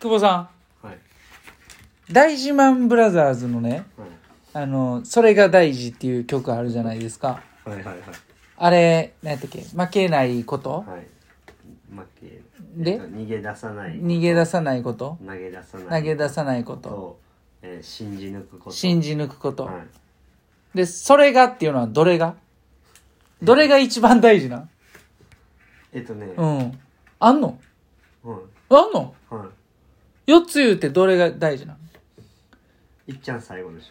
久保さはいん大事マンブラザーズのねはあの「それが大事」っていう曲あるじゃないですかいはいはいあれ何やったっけ負けないことはい負けでえっと逃げ出さない逃げ出さないこと投げ出さない投げ出さないここととえー信じ抜くこと信じ抜くことはいでそれがっていうのはどれがどれが一番大事なえっとねうんあんのうんあんのは4つ言うてどれが大事なのいいっちゃん最後でしょ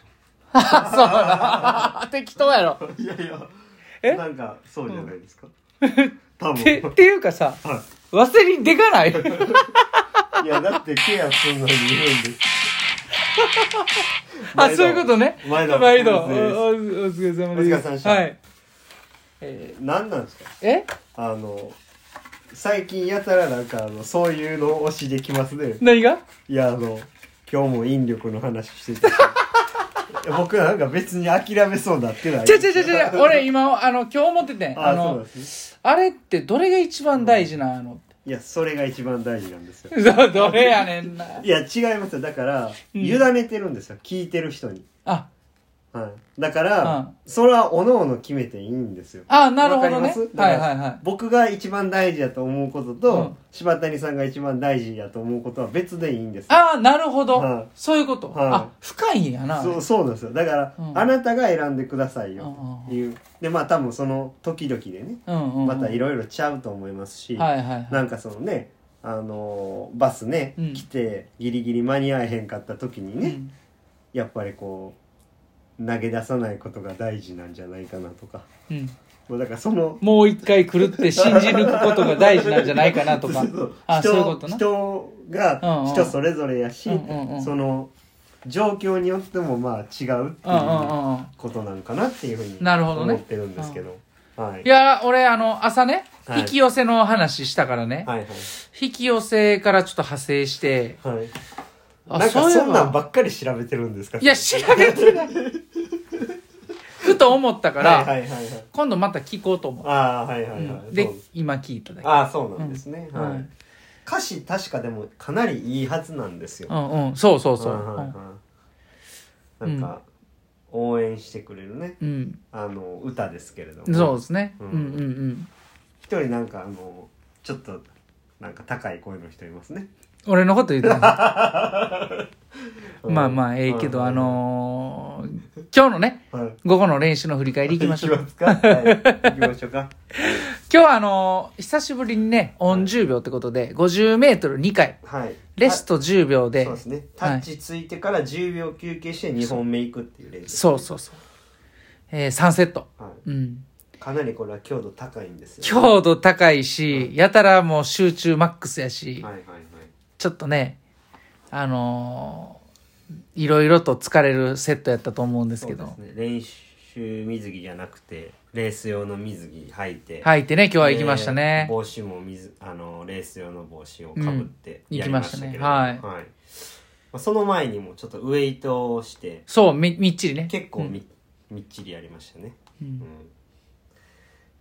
そうな 適当やろいやいやえなんかそうじゃないですか多て分っていうかさはワセリンでかないいいやだってケアするのにいるんですあ毎度そういうことね毎度毎度おお疲れおお疲れ様ですお疲れ様でしたはいえ何なんですかーえあの最近やたらなんかあのそういうのを推しできますね何がいやあの今日も引力の話して ていや僕なんか別に諦めそうになってないちゃちゃちゃちゃ俺今あの今日思っててんあああそうなんのですねあれってどれが一番大事なのいやそれが一番大事なんですよ そうどれやねんないや違いますよだから、うん委ねてるんですよ聞いてる人に、あはい、だから、うんそれはおのおの決めていいんですよあなるほどわかりまねすだはからいはいはい僕が一番大事だと思うことと、うん柴谷さんが一番大事だと思うことは別でいいんですよああなるほど、はいそういうこと、はいあ深いんやなそうそうなんですよだから、うんあなたが選んでくださいようんうんという、でまあ多分その時々でねうんうんうん、またいろいろちゃうと思いますし、はいはいはいなんかそのねあのーバスね、うん来てギリギリ間に合えへんかった時にね、やっぱりこう投げ出さないことが大事なんじゃないかなとかうんうんもうだからそのもう一回来るって信じ抜くことが大事なんじゃないかなとか そうそうあ人そういうことな人うんがうん人それぞれやし、うんうんうんその状況によってもまあ違うっうていんうんう。うんうんことなんかなっていうふうになるほどね思ってるんですけどはいいや俺あの朝ね、はい引き寄せの話したからね、はいはい引き寄せからちょっと派生してはいあなんかいえばそんなんばっかり調べてるんですかいや調べてないふと思ったから、はいはいはいはい今度また聞こうと思う、ああはいはいはういんでそう今聞いただけああそうなんですねうんはういん歌詞確かでもかなりいいはずなんですようんうんそうそうそう、はいはいはいうんなんか応援してくれるねうん、あの歌ですけれどもそうですね、う、うんんうんうん一人なんかあのちょっとなんか高い声の人いますね俺のこと言っ てないまあまうあんええけどはいあのー今日のねはい午後の練習の振り返りいきましょう行きますか。はい、行きましょうか。今日はあのー久しぶりにね音10秒ってことで 50m2 回はい。レスト10秒でそうですね。タッチついてから10秒休憩して2本目行くっていうレース。そうそうそう、えー、3セットはうんい。かなりこれは強度高いんですよ。強度高いし、やたらもう集中マックスやし、はいはいはい。ちょっとね、あのーいろいろと疲れるセットやったと思うんですそけうでどす、ね。練習水着じゃなくて、レース用の水着履いて。い。入ってね、今日は行きましたね。帽子も水、あの、レース用の帽子をかぶってうんやりましたけれども、行きましたねはい。まあ、その前にもちょっとウエイトをして、そうみ、みっちりね。結構み,、みっちりやりましたね、うん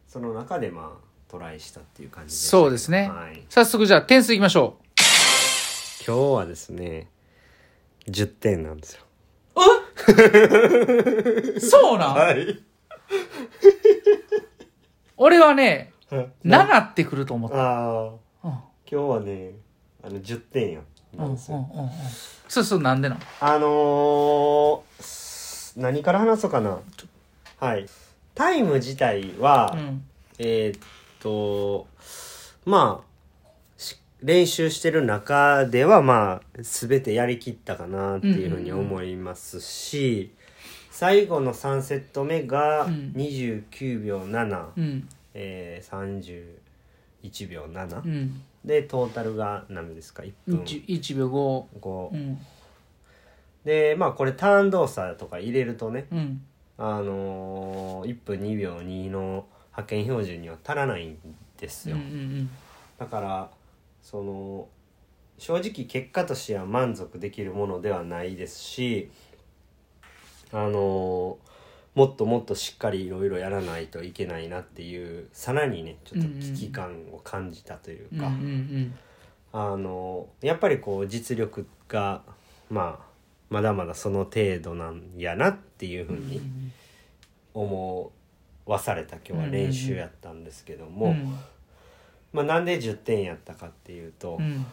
その中でまあトライしたっていう感じしたそうですねはい、早速じゃあ点数いきましょ今日はですね10点なんですよ う。そうなん、い俺はね、あ7ってくると思った。あうんうん今日はねあの10点やうなんうんんですようんそうそう、なんでなのあのーす何から話そうかなはいタイム自体は、うん。えーっとまあし練習してる中ではまあ全てやりきったかなっていうふうに思いますし、最後の3セット目がうん29秒7、うん。えー31秒7、うん。でトータルが何ですか1分 1, 1秒5、 5。うん。でまあこれターン動作とか入れるとね、うん。あのー、1分2秒2の派遣標準には足らないんですうん。よ。うん。だからその正直結果としては満足できるものではないですしあのもっともっとしっかりいろいろやらないといけないなっていうさらにねちょっと危機感を感じたといううん。うん。か、うん。あのやっぱりこう実力が、まあ、まだまだその程度なんやなっていうふうに思わされた今日は練習やったんですけども、うんまあ、なんで10点やったかっていうと、うん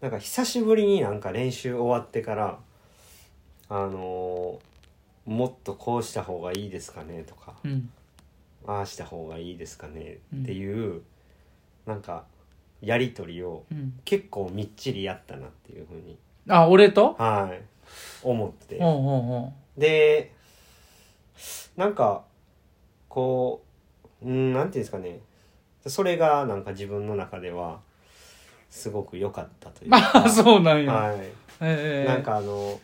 なんか久しぶりになんか練習終わってから「あのもっとこうした方がいいですかね」とかうん「ああした方がいいですかね」っていう、なんかやり取りをうん結構みっちりやったなっていうふうに、あ俺とはい、思って。うんうんうんでなんかこううんなんていうんですかねそれがなんか自分の中ではすごく良かったというか、 あそうなんや、はい、ええなんかあの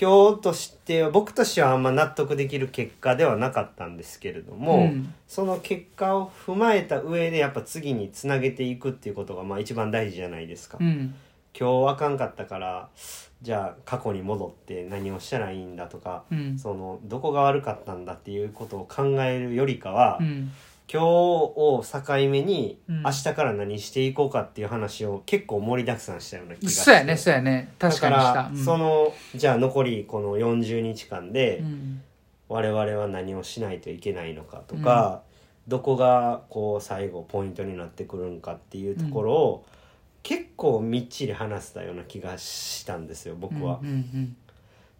今日としては僕としてはあんま納得できる結果ではなかったんですけれども、うんその結果を踏まえた上でやっぱ次につなげていくっていうことがまあ一番大事じゃないですか。うん今日あかんかったからじゃあ過去に戻って何をしたらいいんだとか、うんそのどこが悪かったんだっていうことを考えるよりかは、うん今日を境目にうん明日から何していこうかっていう話を結構盛りだくさんしたような気がしてそうやねそうやねだ確かかにしたら、そのじゃあ残りこの40日間で、うん我々は何をしないといけないのかとか、どこがこう最後ポイントになってくるんかっていうところを、結構みっちり話せたような気がしたんですよ僕は、うんうん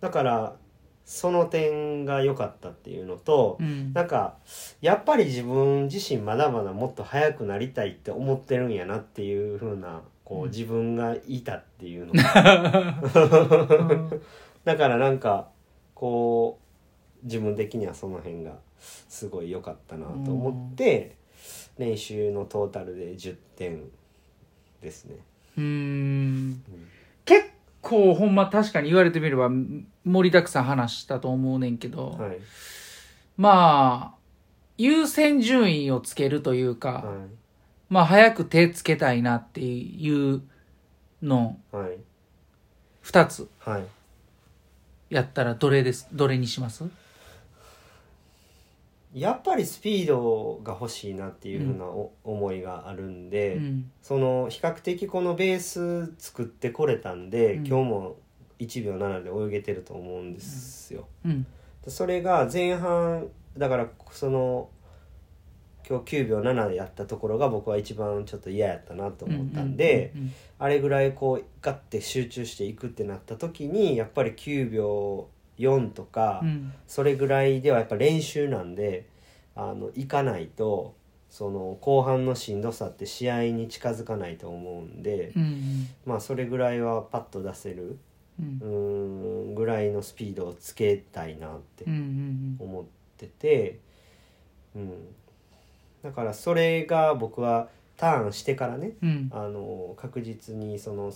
だからその点が良かったっていうのと、うんうんなんかやっぱり自分自身まだまだもっと早くなりたいって思ってるんやなっていう風なこう自分がいたっていうの がだからなんかこう自分的にはその辺がすごい良かったなと思って、練習のトータルで10点ですね。うーん結構ほんま確かに言われてみれば盛りだくさん話したと思うねんけど、はい、まあ優先順位をつけるというか、はまあ早く手つけたいなっていうのい、はい、 2つはい。やったらどれですどれにしますやっぱりスピードが欲しいなっていうふうなお思いがあるんで、うんその比較的このベース作ってこれたんで、うん今日も1秒7で泳げてると思うんですよ。うんそれが前半だからその今日9秒7でやったところが僕は一番ちょっと嫌やったなと思ったんで、うんうんあれぐらいこうガッて集中していくってなった時にやっぱり9秒4とか、うんうんそれぐらいではやっぱ練習なんであのいかないとその後半のしんどさって試合に近づかないと思うんで、うんまあそれぐらいはパッと出せるうんうーんぐらいのスピードをつけたいなってうんうん思ってて、うん、だからそれが僕はターンしてからねうんうんあの確実にその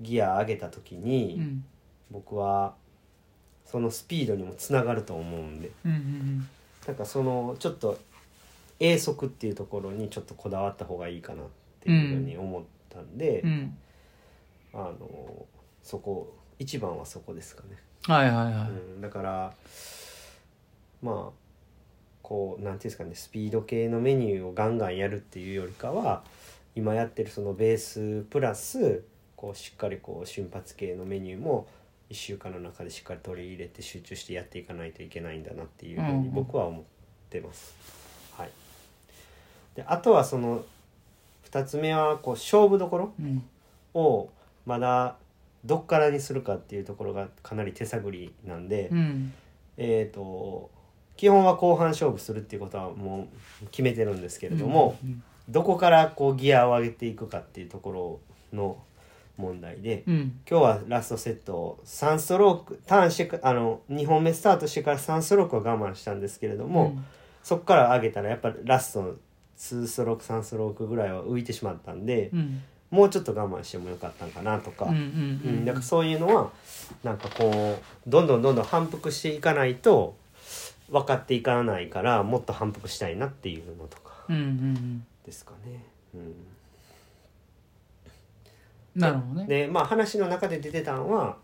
ギア上げた時に、うん僕はそのスピードにもつながると思うんでうんうんなんかそのちょっと永速っていうところにちょっとこだわった方がいいかなっていうふうに思ったんで、うんあのそこ一番はそこですかね。はいはいはいうん、だからまあこうなんていうんですかねスピード系のメニューをガンガンやるっていうよりかは今やってるそのベースプラスこうしっかりこう瞬発系のメニューも1週間の中でしっかり取り入れて集中してやっていかないといけないんだなっていうふううんうにん僕は思ってます。はい、であとはその2つ目はこう勝負どころうんをまだどっからにするかっていうところがかなり手探りなんで。うんえー、と基本は後半勝負するっていうことはもう決めてるんですけれども、うんどこからこうギアを上げていくかっていうところの問題で、うん今日はラストセットを3ストロークターンしてかあの2本目スタートしてから3ストロークは我慢したんですけれども、そこから上げたらやっぱラストの2ストローク3ストロークぐらいは浮いてしまったんで、うんもうちょっと我慢してもよかったんかなとか。うんうんう、うんんだからそういうのはなんかこうどんどんどんどん反復していかないと分かっていかないからもっと反復したいなっていうのとかうんうんうんですかね。うなるほどん、ねでまあ話の中で出てたんは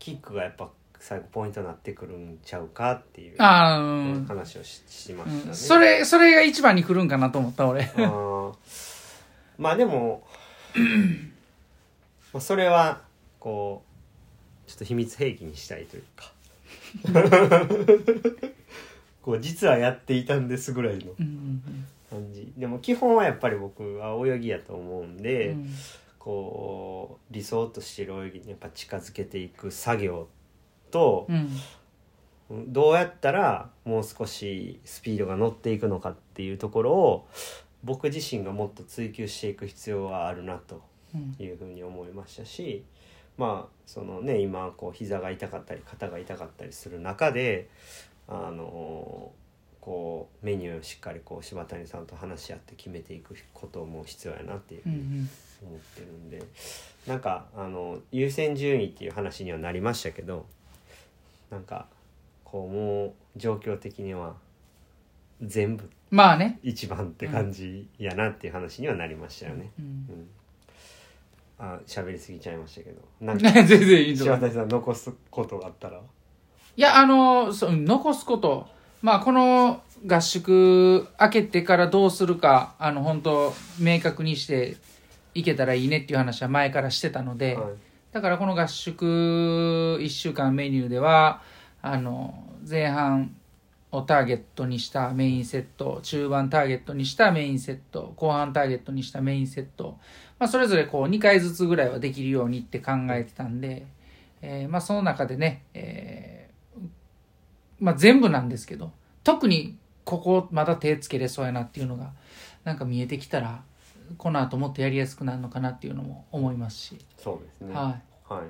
キックがやっぱ最後ポイントになってくるんちゃうかっていうああうん話をししましたね。うんそれそれが一番に来るんかなと思った俺あーまあでもまあそれはこうちょっと秘密兵器にしたいというか こう実はやっていたんですぐらいのうん感じでも基本はやっぱり僕は泳ぎやと思うんうんで、うんこう理想としてる泳ぎにやっぱ近づけていく作業と、うんどうやったらもう少しスピードが乗っていくのかっていうところを僕自身がもっと追求していく必要があるなとうんいうふうに思いましたしまあそのね今こう膝が痛かったり肩が痛かったりする中であのこうメニューをしっかりこう柴谷さんと話し合って決めていくことも必要やなっていうふううにん思ってるんでなんかあの優先順位っていう話にはなりましたけどなんかこうもう状況的には全部まあね、一番って感じやなっていう話にはなりましたよね。う、うんんあ喋りすぎちゃいましたけどなん か全然いいと思柴う田さん残すことがあったらいやあのそう残すことまあこの合宿明けてからどうするかあの本当明確にしていけたらいいねっていう話は前からしてたので、はいだからこの合宿1週間メニューではあの前半をターゲットにしたメインセット中盤ターゲットにしたメインセット後半ターゲットにしたメインセット、まあ、それぞれこう2回ずつぐらいはできるようにって考えてたんで、えーまあ、その中でね、えーまあ、全部なんですけど特にここまだ手つけれそうやなっていうのがなんか見えてきたらこの後もっとやりやすくなるのかなっていうのも思いますし。そうですねはいは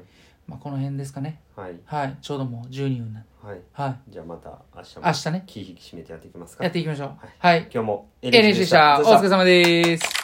まあ、この辺ですかね。いはいはい。ちょうどもう12分なんで。はいはい。じゃあまた明日も明日ね、気引き締めてやっていきますかやっていきましょう。はい。今日も NHK でした。お疲れ様です。